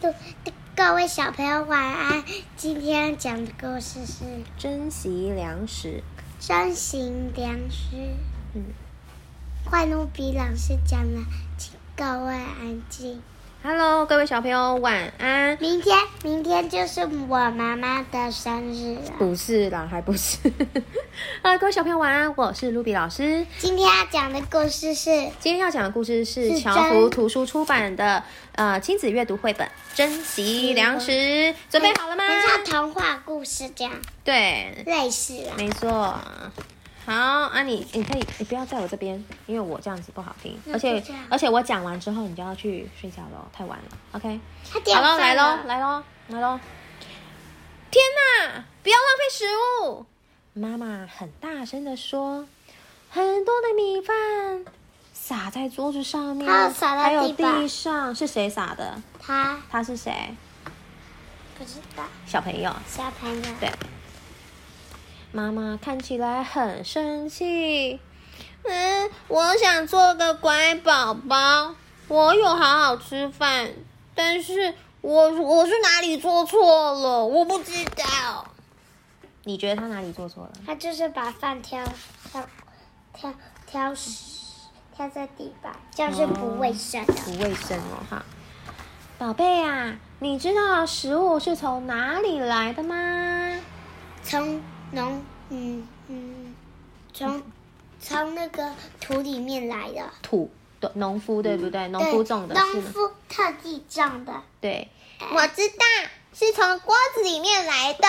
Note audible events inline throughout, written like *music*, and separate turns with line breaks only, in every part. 祝各位小朋友晚安。今天讲的故事是《
珍惜粮食。
身形良师》，
嗯
坏努比老师讲了，请各位安静。
，Hello，各位小朋友，晚安。
明天，明天就是我妈妈的生日了。
不是啦，还不是。 *laughs* 啊，各位小朋友，晚安。我是露比老师。
今天要讲的故事是《
今天要讲的故事是
是
乔福
真
图书出版的呃亲子阅读绘本《珍惜粮食》，准备好了吗？
很像童话故事这样
对，
类似啦。
没错。好，啊你你可以你不要在我这边，因为我这样子不好听，
那
而且
就这样
而且我讲完之后你就要去睡觉了，太晚了。OK，
他点啊
好喽，
饭
来喽，
了，
来喽，来喽！天哪，不要浪费食物！妈妈很大声的说：“很多的米饭撒在桌子上面，
还有撒在
还有
地板
地上，是谁撒的？
他
他是谁？
不知道
小朋友。
小朋友。
对，妈妈看起来很生气。嗯，我想做个乖宝宝，我有好好吃饭，但是我我是哪里做错了？我不知道。你觉得他哪里做错了？
他就是把饭挑挑挑挑食挑在地板，这样是不卫生的。
不卫生哦，哈。宝贝啊，你知道食物是从哪里来的吗？
从农嗯嗯，从从那个土里面来的，
土，对，农夫对不对？农
嗯对
夫种的是
农
吗？
夫特地种的，
对，
我知道是从锅子里面来的。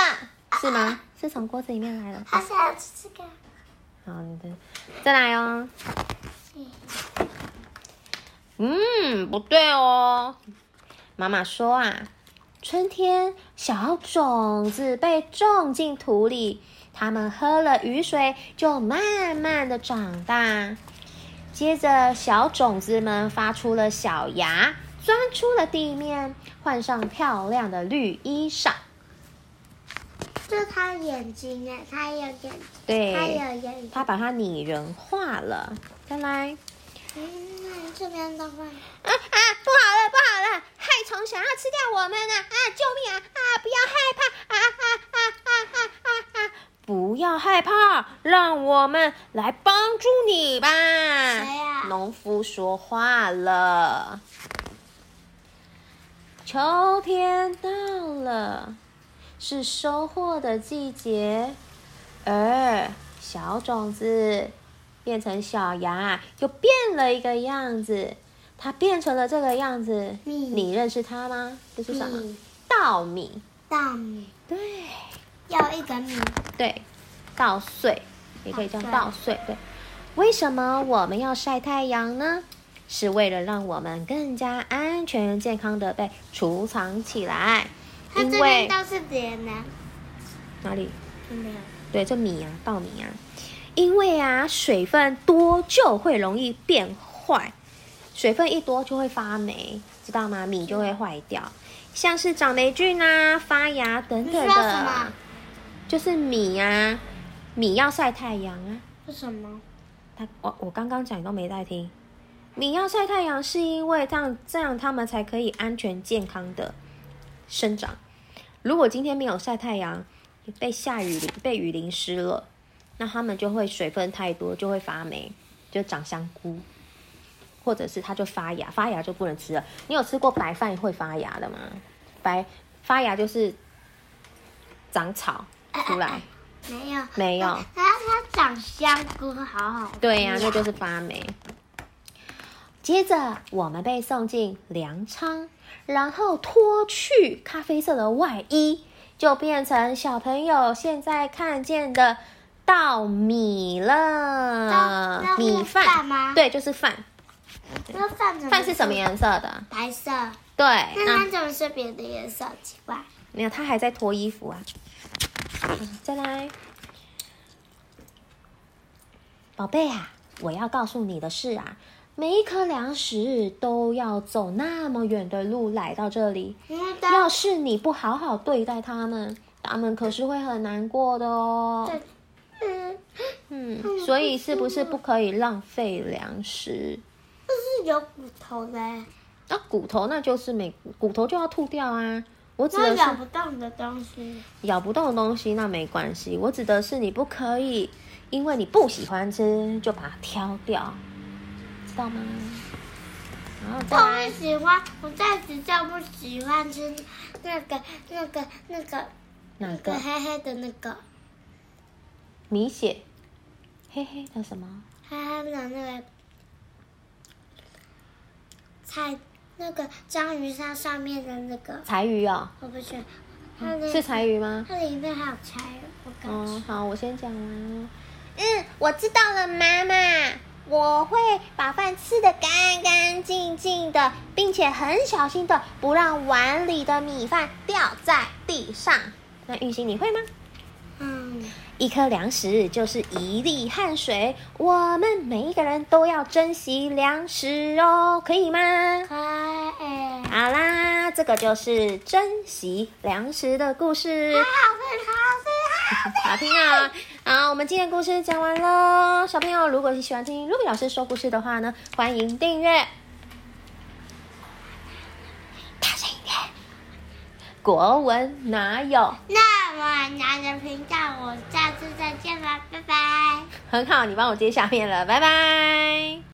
是吗？是从锅子里面来的。
他想要吃这个，
好，你再再来哦。嗯，不对哦。妈妈说啊，春天小种子被种进土里，它们喝了雨水，就慢慢的长大。接着，小种子们发出了小芽，钻出了地面，换上漂亮的绿衣裳。
这是他眼睛哎，他有眼睛，
对，
他有眼睛。
它把它拟人化了。再来。
嗯，那这边的话，
啊啊！不好了，不好了！害虫想要吃掉我们呢、啊！救命啊！啊！不要害怕！啊啊啊啊啊啊啊！不要害怕，让我们来帮助你吧。
谁呀
农夫说话了。秋天到了，是收获的季节，而小种子变成小芽，又变了一个样子。它变成了这个样子，
米
你认识它吗？这是什么
米？
稻米。
大米
对
要一个米。
对，稻穗也可以叫稻
稻
穗。对，为什么我们要晒太阳呢？是为了让我们更加安全健康的被储藏起来。
它
因
这边
为
倒是啊点呢，
哪里？
没有。
对，这米啊，稻米啊，因为啊，水分多就会容易变坏，水分一多就会发霉，知道吗？米就会坏掉，像是长霉菌啊、发芽等
你
等
说什
的
么，？
就是米啊，米要晒太阳啊。
是什么？
他我我刚刚讲你都没在听，米要晒太阳是因为这样这样它们才可以安全健康的生长。如果今天没有晒太阳，被下雨淋被雨淋湿了，那它们就会水分太多，就会发霉，就长香菇，或者是它就发芽，发芽就不能吃了。你有吃过白饭会发芽的吗？白发芽就是长草出来，
没有，
没有
它它长香菇，好好吃。
对呀、那就是发霉。接着，我们被送进粮仓，然后脱去咖啡色的外衣，就变成小朋友现在看见的稻米
那
了
那，
米
是饭
饭。
吗？，
对，就是饭。
那饭怎么
饭是什么？颜色的？
白色。
对，
那
那
它怎么是别的颜色？奇怪。
没有，他还在脱衣服啊。嗯再来，宝贝啊，我要告诉你的是啊，每一颗粮食都要走那么远的路来到这里。
因为它
要是你不好好对待他们，他们可是会很难过的哦。
对嗯，
嗯，所以是不是不可以浪费粮食？
就是有骨头的。
哦，那、骨头那就是没骨头就要吐掉啊。我指
那
的是
咬不动的东西，
咬不动的东西，那没关系。我指的是你不可以，因为你不喜欢吃就把它挑掉，知道吗？然后再
我
来
不喜欢，我暂时就不喜欢吃那个、那个、那个、
哪
那
个
个黑黑的那个，
米血，黑黑的什么？
黑黑的那个菜，那个章鱼烧上面的那个，
柴鱼哦，
我不喜欢。它里
是柴鱼吗？
它里面还有柴，我感觉。
哦，好，我先讲完。
嗯，我知道了，妈妈。
我会把饭吃得干干净净的，并且很小心的不让碗里的米饭掉在地上。那玉鑫，你会吗？
嗯，
一颗粮食就是一粒汗水，我们每一个人都要珍惜粮食哦，可以吗？
可以。
好啦，这个就是珍惜粮食的故事。
好吃，好吃，好吃。
好听啊！好，我们今天故事讲完喽。小朋友，如果你喜欢听 Ruby 老师说故事的话呢，欢迎订阅。 *laughs* 大声一点！国文哪有？
那我拿着频道，我下次再见吧，拜拜。
很好，你帮我接下面了，拜拜。